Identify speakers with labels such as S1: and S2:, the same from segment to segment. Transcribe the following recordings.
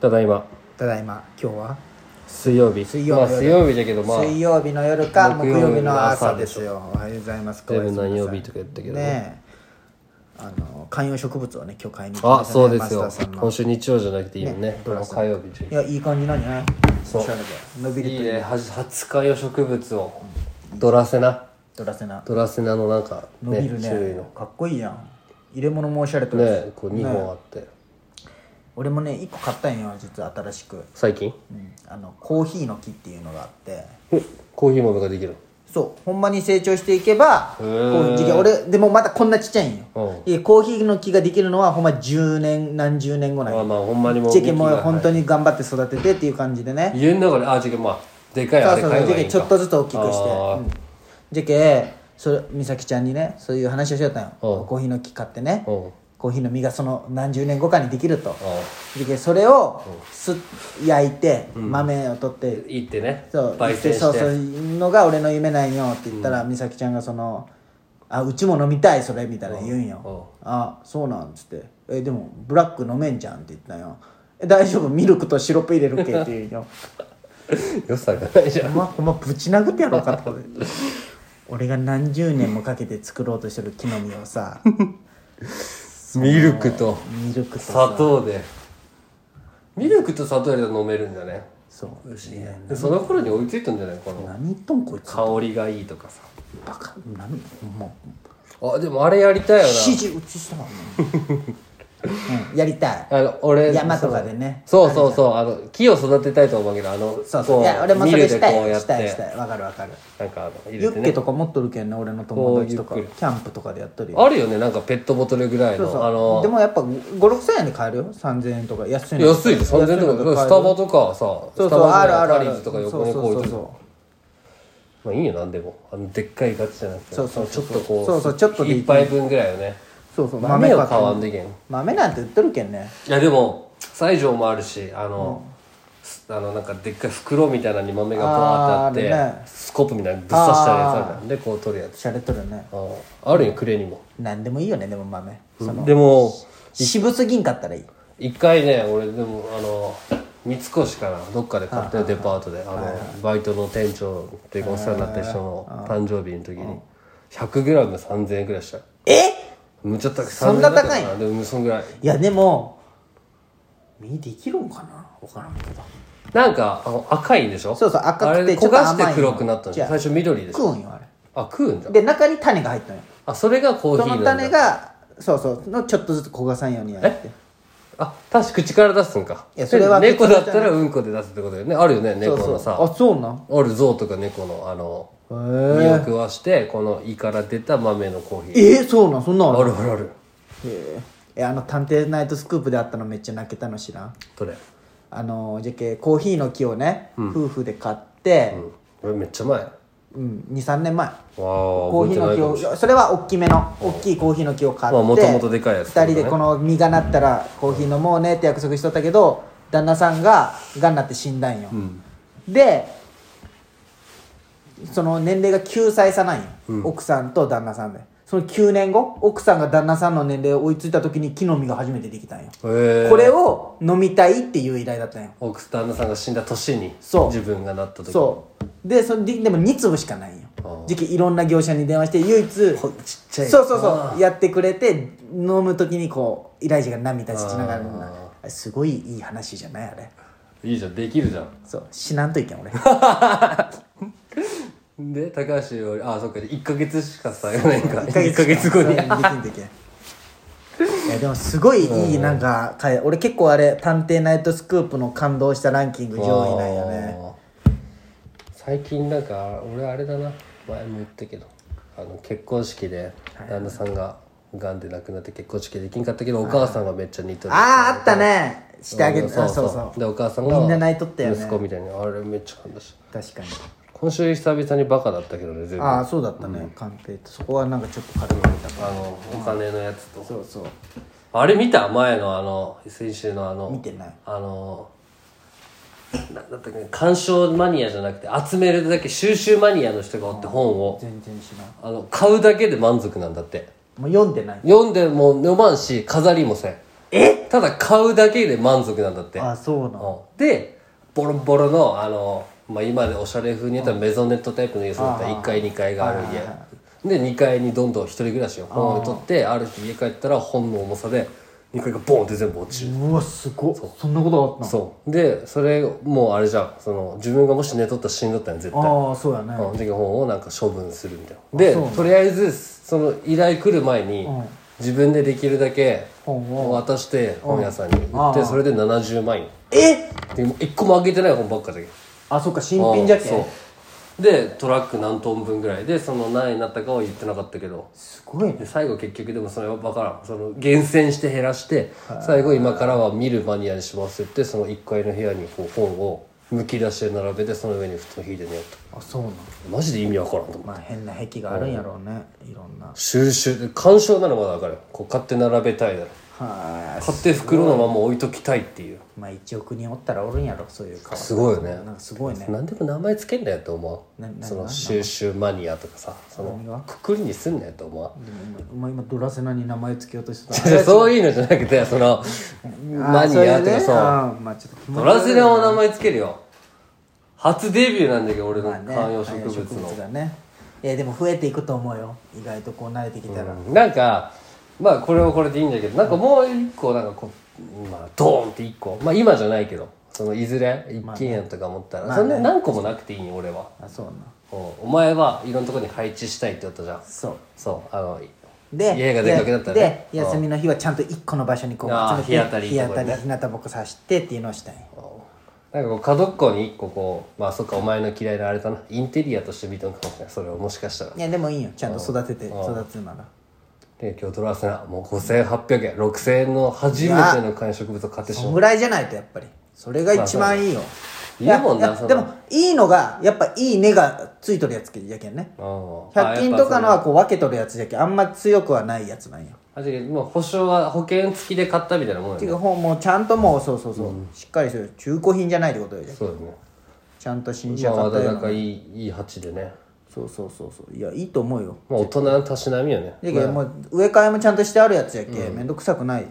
S1: ただいま
S2: ただいま今日は
S1: 水曜日
S2: 水曜
S1: まあ、
S2: 夜
S1: 水曜日だけどまあ
S2: 水曜日の夜か木
S1: 木曜日の
S2: 曜日の朝
S1: 朝
S2: で
S1: ですす
S2: よおはようございます
S1: 全部何曜
S2: おや
S1: 日
S2: す
S1: とか
S2: み
S1: 言ったけ
S2: な
S1: ど
S2: さい
S1: ね
S2: ねえあの観葉植物をね今日買いに行
S1: あ
S2: き
S1: そう
S2: ま
S1: で
S2: したね
S1: す
S2: マ
S1: よ
S2: スターさんの
S1: 今週日曜じゃなくていいよね
S2: ね
S1: これも火曜日
S2: いやいい感じなんじゃない
S1: そう
S2: おしゃれで伸びると
S1: い
S2: い
S1: い
S2: い
S1: ねはじ初観葉植物をドラセナ
S2: ドラセナ
S1: ドラセナのなんか
S2: 伸
S1: ね
S2: びるね
S1: 種類の
S2: かっこいいやん入れ物もおしゃれとるし
S1: ねこう2本あって、
S2: 俺もね1個買ったんよ実は新しく、
S1: 最近
S2: うん、あのコーヒーの木っていうのがあって
S1: えコーヒー豆ができる
S2: そうほんまに成長していけばコ
S1: へー
S2: ーヒー俺でもまたこんなちっちゃいんよ、
S1: う
S2: でコーヒーの木ができるのはほんま10年何十年後なん
S1: まあ
S2: よ
S1: まあほんまにもう
S2: ちっちゃいけもう
S1: 幹が
S2: 本当に頑張って育ててっていう感じでね
S1: 家の中であじゃけまあでかい
S2: そ
S1: あ
S2: う
S1: れ
S2: そう
S1: 買え
S2: そう
S1: ば
S2: じゃ
S1: いい
S2: け
S1: んか
S2: ちょっとずつ大きくして
S1: あー
S2: うんじゃけそれ美咲ちゃんにねそういう話をしよったんよ
S1: うん
S2: コーヒーの木買ってね
S1: うん
S2: コーヒーの実がその何十年後かにできると
S1: あ
S2: じゃけそれをす焼いて豆を取って、
S1: ー行ってね
S2: そう
S1: 焙煎して
S2: そうそういうのが俺の夢なんよって言ったら、美咲ちゃんがその「あうちも飲みたいそれ」みたいな言うんよ「あそうなん」っつって「えでもブラック飲めんじゃん」って言ったんよ「え大丈夫ミルクとシロップ入れるけ」って言うよ
S1: 良さがないじゃん
S2: お前ほんまぶち殴ってやろうかってことで 俺が何十年もかけて作ろうとしてる木の実を さ
S1: ミルクと
S2: ミルクと
S1: 砂
S2: さ
S1: 糖でミルクと砂糖で飲めるんだね
S2: そう
S1: 美味しいねでその頃に追いついたんじゃないこの
S2: 何言っとんこいつ
S1: 香りがいいとかさ
S2: バカ何もう
S1: あでもあれやりたいよ
S2: 指示移したわ、うん、やり たい
S1: なあの俺
S2: 山とかでね
S1: そうそうそうあの木を育てたいと思うけどあの
S2: そうそう
S1: こ
S2: いや俺もそ
S1: ミ
S2: れ
S1: ル
S2: し
S1: で
S2: た
S1: こう
S2: い
S1: や
S2: し
S1: った
S2: いしてたいわかるわかる
S1: なんかあの入
S2: ユ
S1: れて
S2: ッケ
S1: ね
S2: とか持っとるけんね俺の友達とか
S1: こう
S2: キ
S1: ゆっく
S2: ャンプとかでやっとるよ
S1: あるよねなんかペットボトルぐらいの
S2: そうそう
S1: あの
S2: でもやっぱ56000円で買えるよ3000円とか安いの
S1: 安いで3000円と
S2: 安いの
S1: かスタバとかさ
S2: そう
S1: スタ
S2: そう
S1: バ
S2: あ
S1: じ
S2: る
S1: ゃ
S2: あ
S1: ないタ
S2: るあ
S1: リ
S2: る
S1: ーズとか横にこう置いてるまあいいよなんでもあのでっかいガチじゃなくて
S2: そうそう
S1: ちょっとこう
S2: そうそうちょっとでいい
S1: 一杯分ぐらいよね
S2: そうそう
S1: 豆を
S2: 買
S1: 買
S2: っ
S1: わ
S2: て
S1: んでいけん
S2: 豆なんて売っとるけんね
S1: いやでも西条もあるしあの、すあのなんかでっかい袋みたいなのに豆がバーって
S2: あー
S1: あ
S2: あ
S1: っ
S2: る
S1: て、
S2: ね
S1: スコップみたいにぶっ刺したやつあるじゃんでこう取るやつ
S2: しゃれとるね
S1: あーあるよクレにも
S2: なんでもいいよねでも豆その
S1: でも
S2: 渋すぎんかったらいい
S1: 一回ね俺でもあの三越かなどっかで買ったよデパートであのバイトの店長っていうかお世話になった人の誕生日の時に 100g3000 円ぐらいした
S2: え
S1: むちゃ高い
S2: そんな高い
S1: 3000だったかでもそんぐらい
S2: いやでも実できるんかな分からんけど
S1: なんかあの赤いんでしょ
S2: そうそう赤くて
S1: あれ
S2: ち
S1: 焦
S2: ょっと
S1: が
S2: 甘い
S1: して黒くなったん
S2: じ
S1: じ
S2: ゃ
S1: ゃ
S2: あ
S1: ん最初緑でしょ
S2: 食うんよあれ
S1: あ食うんだ
S2: で中に種が入ったんよ
S1: あそれがコー
S2: そ
S1: ヒーなん
S2: の
S1: だ
S2: 種がそうそうのちょっとずつ焦がさんようにやって
S1: あ確か口から出すんか
S2: いやそれは
S1: で猫だったらうんこで出すってことだよねあるよね
S2: そ
S1: 猫
S2: うそう
S1: のさ
S2: あそうなん
S1: ある象とか猫のあの
S2: へ
S1: 身を食わしてこの胃から出た豆のコーヒー
S2: えー、そうなんそんなんあ
S1: あ
S2: る
S1: るあるある
S2: へええあの「探偵ナイトスクープ」であったのめっちゃ泣けたの知らん
S1: どれ
S2: あのじゃけコーヒーの木をね、夫婦で買って、
S1: これめっちゃ前わ
S2: うん23年前
S1: あコ
S2: コーヒーの木をそれは大きめの大きいコーヒーの木を買って、
S1: まあ元々でかいやつ
S2: 2人でこの実がなったらコーヒー飲もうねって約束しとったけど旦那さんががんになって死んだんよ、でその年齢が9歳差なんよ、奥さんと旦那さんでその9年後奥さんが旦那さんの年齢を追いついた時に木の実が初めてできたんよ、
S1: へえ
S2: これを飲みたいっていう依頼だったんよ
S1: 奥さん旦那さんが死んだ年に
S2: そう
S1: 自分がなった時
S2: そうでそれででも2粒しかないんよ時期いろんな業者に電話して唯一
S1: ほちっちゃい
S2: そうそうそうやってくれて飲む時にこう依頼者が涙しながら飲んだあれすごいいい話じゃないあれ
S1: いいじゃんできるじゃん
S2: そう死なんといけん俺
S1: で高橋よりあそっか1ヶ月しかさ4年か1ヶ月後
S2: うん
S1: に
S2: でき んといけんいやでもすごいいいなんか回俺結構あれ「探偵ナイトスクープ」の感動したランキング上位なんよね
S1: あー最近なんか俺あれだな前も言ったけどあの結婚式で旦那さんががんで亡くなって結婚式できんかったけどお母さんがめっちゃ似とる
S2: あああったねしてあげて
S1: そ
S2: そうう
S1: そ
S2: そうう
S1: そ
S2: そうう
S1: でお母さん
S2: みんな
S1: が
S2: 泣いとったよね
S1: 息子みたいにあれめっちゃ感動した
S2: 確かに
S1: 今週久々にバカだったけどね全部
S2: あ
S1: あ
S2: あそうだったね、カンペってそこはなんかちょっと軽くれたから、
S1: のお金のやつと
S2: そうそう
S1: あれ見た前のあの先週のあの
S2: 見てない
S1: あのななんだったっけ鑑賞マニアじゃなくて集めるだけ収集マニアの人がおって本を
S2: 全然しない
S1: あの買うだけで満足なんだって
S2: もう読んでない
S1: 読んでも読まんし飾りもせん
S2: え
S1: ただ買うだけで満足なんだって
S2: あそうなの
S1: うんでボロボロのあの、まあ、今でおしゃれ風に言ったらメゾネットタイプの家住んだったら
S2: あー
S1: 1階2階がある
S2: はいはいは
S1: 家で2階にどんどん一人暮らしを本を取ってある日家帰ったら本の重さで2階がボーンって全部落ちる
S2: うわすごっそんなことがあったの
S1: そうでそれもうあれじゃんその自分がもし寝とったら死んどったんや絶対
S2: ああそうやね
S1: うん、で本をなんか処分するみたいな
S2: あそうな
S1: で
S2: の
S1: とりあえずその依頼来る前に、
S2: うん
S1: 自分でできるだけ
S2: 本を
S1: 渡して本屋さんに売
S2: あ
S1: って
S2: ー
S1: それで70万円
S2: え
S1: でも一個も開けてない本ばっかだけど
S2: あそっか新品じゃけ
S1: うんそうでトラック何トン分ぐらいでその何円になったかは言ってなかったけど
S2: すごいね
S1: で最後結局でもそれは分からんその厳選して減らして最後今からは見るマニアにしますって言ってその1階の部屋にこう本をむき出して並べてその上に布団引いて寝ようと
S2: あそうなの
S1: マジで意味わからんと思って
S2: まあ変な癖があるんやろうねいろんな
S1: 収集で鑑賞ならまだ分かるこう買って並べたいだろ
S2: は
S1: 買って袋のまま置いときたいっていう
S2: いまあ1億人おったらおるんやろそういう顔
S1: すごいよね
S2: なんかすごいね
S1: 何でも名前つけんなよと思
S2: な
S1: う
S2: な
S1: その
S2: な
S1: 収集マニアとかさそ
S2: 何が
S1: のくくりにすんなよと思う
S2: でもお前今ドラセナに名前つけようとしてた
S1: 違う そういうのじゃなくてそのマニアとかさ
S2: あーまあちょっと気持ち
S1: ド
S2: 悪い
S1: ラセナも名前つけるよ初デビューなんだけど俺の
S2: まあ
S1: 観
S2: ね
S1: 葉植物
S2: 観葉
S1: の
S2: がねいやでも増えていくと思うよ意外とこう慣れてきたら、
S1: うんなんかまあこれはこれでいいんだけどなんかもう一個なんかこう、まあ、ドーンって一個まあ今じゃないけどそのいずれ一軒家とか持ったら、
S2: まあね
S1: そんな何個もなくていいよ俺は、
S2: あそうな
S1: うんお前はいろんなとこに配置したいって言ったじゃん
S2: そう
S1: そうあの
S2: で
S1: 家がでかくなったら、ね、
S2: でで休
S1: うん
S2: みの日はちゃんと一個の場所にこう
S1: あー
S2: 集め
S1: 日
S2: て
S1: 当たりいい
S2: 日
S1: と
S2: 当
S1: こ
S2: た
S1: に
S2: り
S1: ね
S2: 日向ぼっこさしてっていうのをしたい
S1: なんかこう角っこに一個こうまあそっかお前の嫌いなあれだなインテリアとして見てるかもしれないそれをもしかしたら
S2: いやでもいいよちゃんと育てて
S1: あー
S2: 育つなら
S1: で今日ドラセナもう5800円6000円の初めての観葉植物を買ってし
S2: そ
S1: ま
S2: ん
S1: う
S2: ぐらいじゃないとやっぱりそれが一番いいよ、
S1: いやもんな
S2: や
S1: その
S2: でもいいのがやっぱいい根がついとるやつやけんね
S1: うん
S2: 100均とかの
S1: あやっぱそれ
S2: はこう分けとるやつじゃけんあんま強くはないやつなんよ
S1: あ違うもう保証は保険付きで買ったみたいなもんや
S2: てい
S1: ね
S2: うかほんもうちゃんともうそうそうそう、しっかりする中古品じゃないってことよじゃん
S1: そうだね
S2: ちゃんと新車
S1: 今
S2: 買
S1: ま
S2: った
S1: だ
S2: よう
S1: なん
S2: な
S1: かいいいい鉢でね
S2: そうそうそうそういやいいと思うよ
S1: まあ大人のたしなみよね
S2: だけどもう植え替えもちゃんとしてあるやつやけ、めんどくさくないよ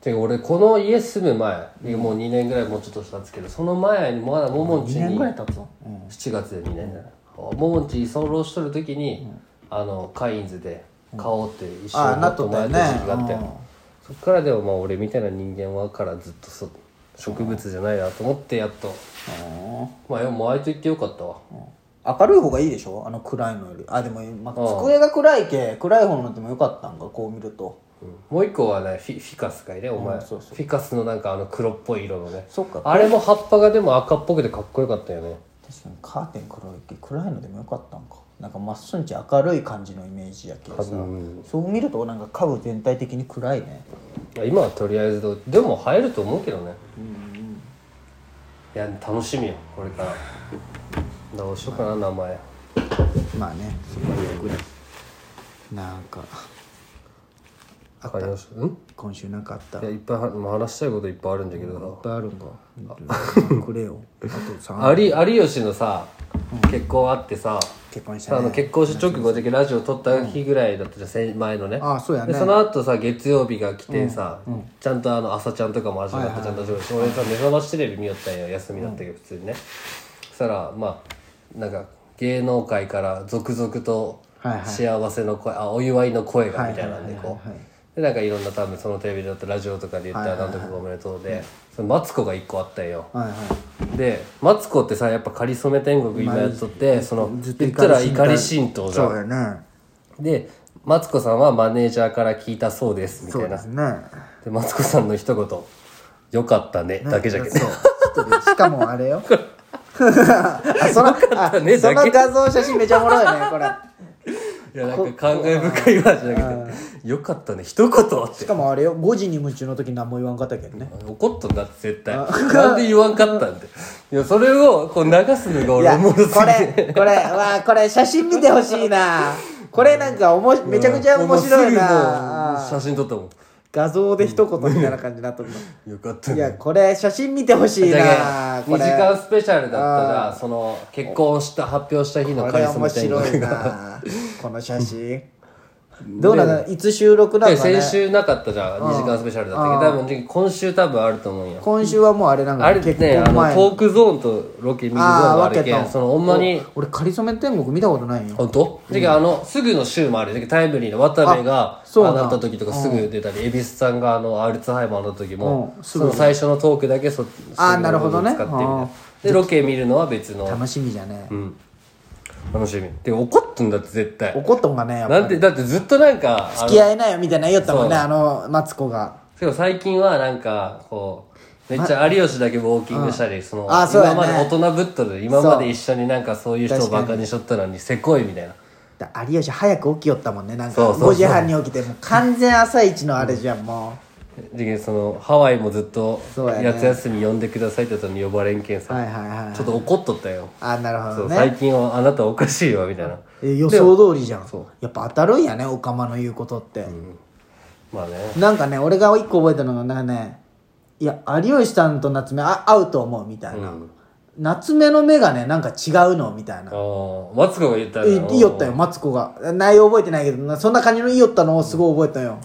S1: てか俺この家住む前もう2年ぐらいもうちょっとしたんですけどその前にまだももんちに
S2: 経つの
S1: 7月で2年だねももんち居候しとる時にあのカインズで買おうって一
S2: あ
S1: 緒
S2: あ
S1: に
S2: なっとったよね
S1: 時期があってそっからでもまあ俺みたいな人間はからずっとそう植物じゃないなと思ってやっとまあでも割と言ってよかったわ
S2: 明るい方がいいでしょあの暗いのよりあでも、まあ、机が暗いけ暗い方のでもよかったんかこう見ると
S1: もう一個はねフィフィカスがいいねお前、
S2: うんそうそ
S1: フィカスのなんかあの黒っぽい色のね
S2: そっか
S1: あれも葉っぱがでも赤っぽくてかっこよかったよね
S2: 確かにカーテン暗いけ暗いのでもよかったんかなんかまっすんち明るい感じのイメージやけどさ、
S1: うん
S2: そう見るとなんか家具全体的に暗いね
S1: 今はとりあえずどうでも映えると思うけどね、いや楽しみよこれからどうしようかな名前
S2: まあねそこはよくなんか
S1: あかりましたうん
S2: 今週なんかあった
S1: いやいっぱいはもう話したいこといっぱいあるんだけど
S2: いっ
S1: な
S2: ぱいあるんかくれよ あと3
S1: あり有吉のさ、結婚あってさ
S2: 結婚した
S1: あ
S2: ね
S1: の結婚して直後だけラジオ撮った日ぐらいだったじゃん先前のね
S2: あそうやね
S1: でその後さ月曜日が来てさ、ちゃんとあの朝ちゃんとかも始まってちゃんと上司、俺さ目覚ましテレビ見よったんよ休みだったけど普通にね、そしたらまあなんか芸能界から続々と
S2: はいはい
S1: 幸せの声、あお祝いの声がみたいなんで
S2: はいはい
S1: こ
S2: はいうはい
S1: でなんかいろんな多分そのテレビだったらラジオとかで言ったら「なんとかおめでとうで」そのマツコが1個あったんよ、
S2: はいは
S1: でマツコってさやっぱ「かりそめ天国」今やっとってその
S2: いずっと
S1: 言ったら怒り神道じゃ
S2: そうんやね
S1: でマツコさんはマネージャーから聞いたそうですみ
S2: そ
S1: た
S2: う
S1: い
S2: で
S1: な
S2: すね
S1: でマツコさんの一言「よかったね」だけじゃけど
S2: そうしかもあれ よあそのあ
S1: ね
S2: そ
S1: だ
S2: の
S1: け
S2: 画像写真めちゃおもろいねこれ
S1: いやなんか感慨深いわじゃなくて「よかったね一言」っ
S2: してかもあれよ5時に夢中の時何も言わんかったけどね
S1: 怒っとんだって絶対なんで言わんかったんでいやそれをこう流すのが
S2: い
S1: 俺
S2: や
S1: おも
S2: こ
S1: ろすぎて
S2: れこれわあこれ写真見てほしいなこれなんかおもしめちゃくちゃ面白い
S1: もう
S2: な
S1: すぐもう写真撮ったも
S2: 画像で一言みたいな感じになっとる
S1: ん
S2: の
S1: よかった
S2: い
S1: ね
S2: やこれ写真見てほしい
S1: じ
S2: な
S1: ゃけ
S2: こ
S1: 2
S2: れ
S1: 時間スペシャルだったらその結婚した発表した日の
S2: こ
S1: カ
S2: れ
S1: リス
S2: 面
S1: マ天
S2: 白い
S1: 国が
S2: なこの写真どうなのいつ収録なの
S1: で
S2: か
S1: 先
S2: ね
S1: 週なかったじゃん2時間スペシャルだったけど多分今週多分あると思うんや
S2: 今週はもうあれなんか
S1: あれ
S2: 結
S1: ねあ
S2: 婚
S1: の
S2: 前
S1: トークゾーンとロケミニゾーンがあるけ
S2: あー分け
S1: ん
S2: た
S1: そのほんまに
S2: 俺仮初め天国見たことないよ
S1: 本当じゃああのすぐの週もあるじゃけタイムリーの渡部が
S2: あそうな
S1: 上がった時とかすぐ出たり蛭子さんがあのアルツハイマーの時も
S2: うん
S1: そ
S2: すぐ
S1: の最初のトークだけそ
S2: あーなるほどね
S1: その部分使ってみたいな
S2: あ
S1: でロケ見るのは別の
S2: 楽しみじゃね
S1: うん楽しみで怒っとんだって絶対
S2: 怒ったもんがねやっぱ
S1: なんてだってずっとなんかあの
S2: 付き合えないよみたいな言いよったもんね
S1: そう
S2: あのマツコが
S1: でも最近はなんかこうめっちゃ有吉だけウォーキングしたりその
S2: あそうや
S1: 今
S2: ね
S1: まで大人ぶっとる今まで一緒になんかそういう人を
S2: 確か
S1: バ
S2: に
S1: カにしとったのにせこいみたいな
S2: だ有吉早く起きよったもんねなん
S1: そ
S2: か
S1: うそうそう
S2: 5時半に起きてもう完全朝一のあれじゃんも
S1: でそのハワイもずっと
S2: そうやね
S1: 夏休み呼んでくださいって言ったのに呼ばれんけん
S2: う
S1: さ、
S2: はいはいはい
S1: ちょっと怒っとったよ、
S2: あなるほ
S1: そ
S2: ど
S1: う
S2: ね
S1: 最近はあなたおかしいわみたいな
S2: え予想通りじゃん
S1: そう
S2: やっぱ当たるんやねオカマの言うことって
S1: まあね
S2: なんかね俺が一個覚えたのがなんかねいや有吉さんと夏目あ合うと思うみたいな、夏目の目がねなんか違うのみたいな
S1: ああマツコが言った
S2: え言いよったよマツコが内容覚えてないけどなそんな感じの言いよったのをすごい覚えたよ、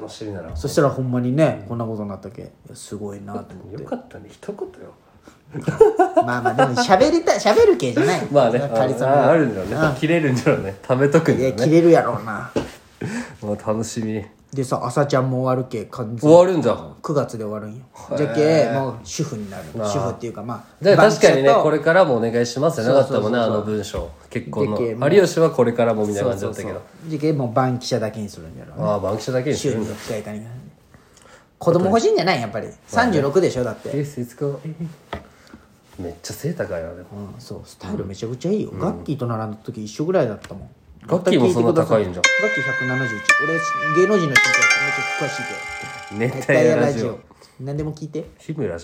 S1: 楽しみだな
S2: そしたらほんまにねこんなことになったけいやすごいなと思っ
S1: よ
S2: て
S1: かったね一言よ
S2: まあまあでも喋りたい喋る系じゃない
S1: まあねあ
S2: カリスマ
S1: ああるんだろうね切れるんだろうね貯めとくん
S2: い
S1: だ
S2: や
S1: ろう
S2: 切
S1: ね
S2: れるやろうな
S1: もう楽しみ
S2: でさ朝ちゃんも終わるけ完全
S1: 終わるんじゃん
S2: 9月で終わるんよじゃけもう主婦になる主婦っていうかまあ
S1: で確かにね
S2: バンキシャと
S1: これからもお願いしますじゃなかったもんねあ
S2: そうそうそうそう
S1: の文章結婚
S2: でけえも
S1: の
S2: う
S1: 有吉はこれからもみたいな
S2: そう
S1: 感じだった
S2: そうそ
S1: けど
S2: うじゃけもうバンキシャだけにするんやろうね
S1: ああバンキシャだけにす
S2: 週
S1: るん
S2: に
S1: だ
S2: 1回かに子供欲しいんじゃないやっぱり36でしょだって
S1: え 節子めっちゃ背高いわでも
S2: うんそうスタイルめちゃくちゃいいよ、ガッキーと並んだ時一緒ぐらいだったもん
S1: ガッキーもそんな高いんじゃん
S2: ガッキー171俺芸能人の身長めっちゃ詳しいけど
S1: 熱帯夜ラジオ
S2: 何でも聞いて
S1: 日村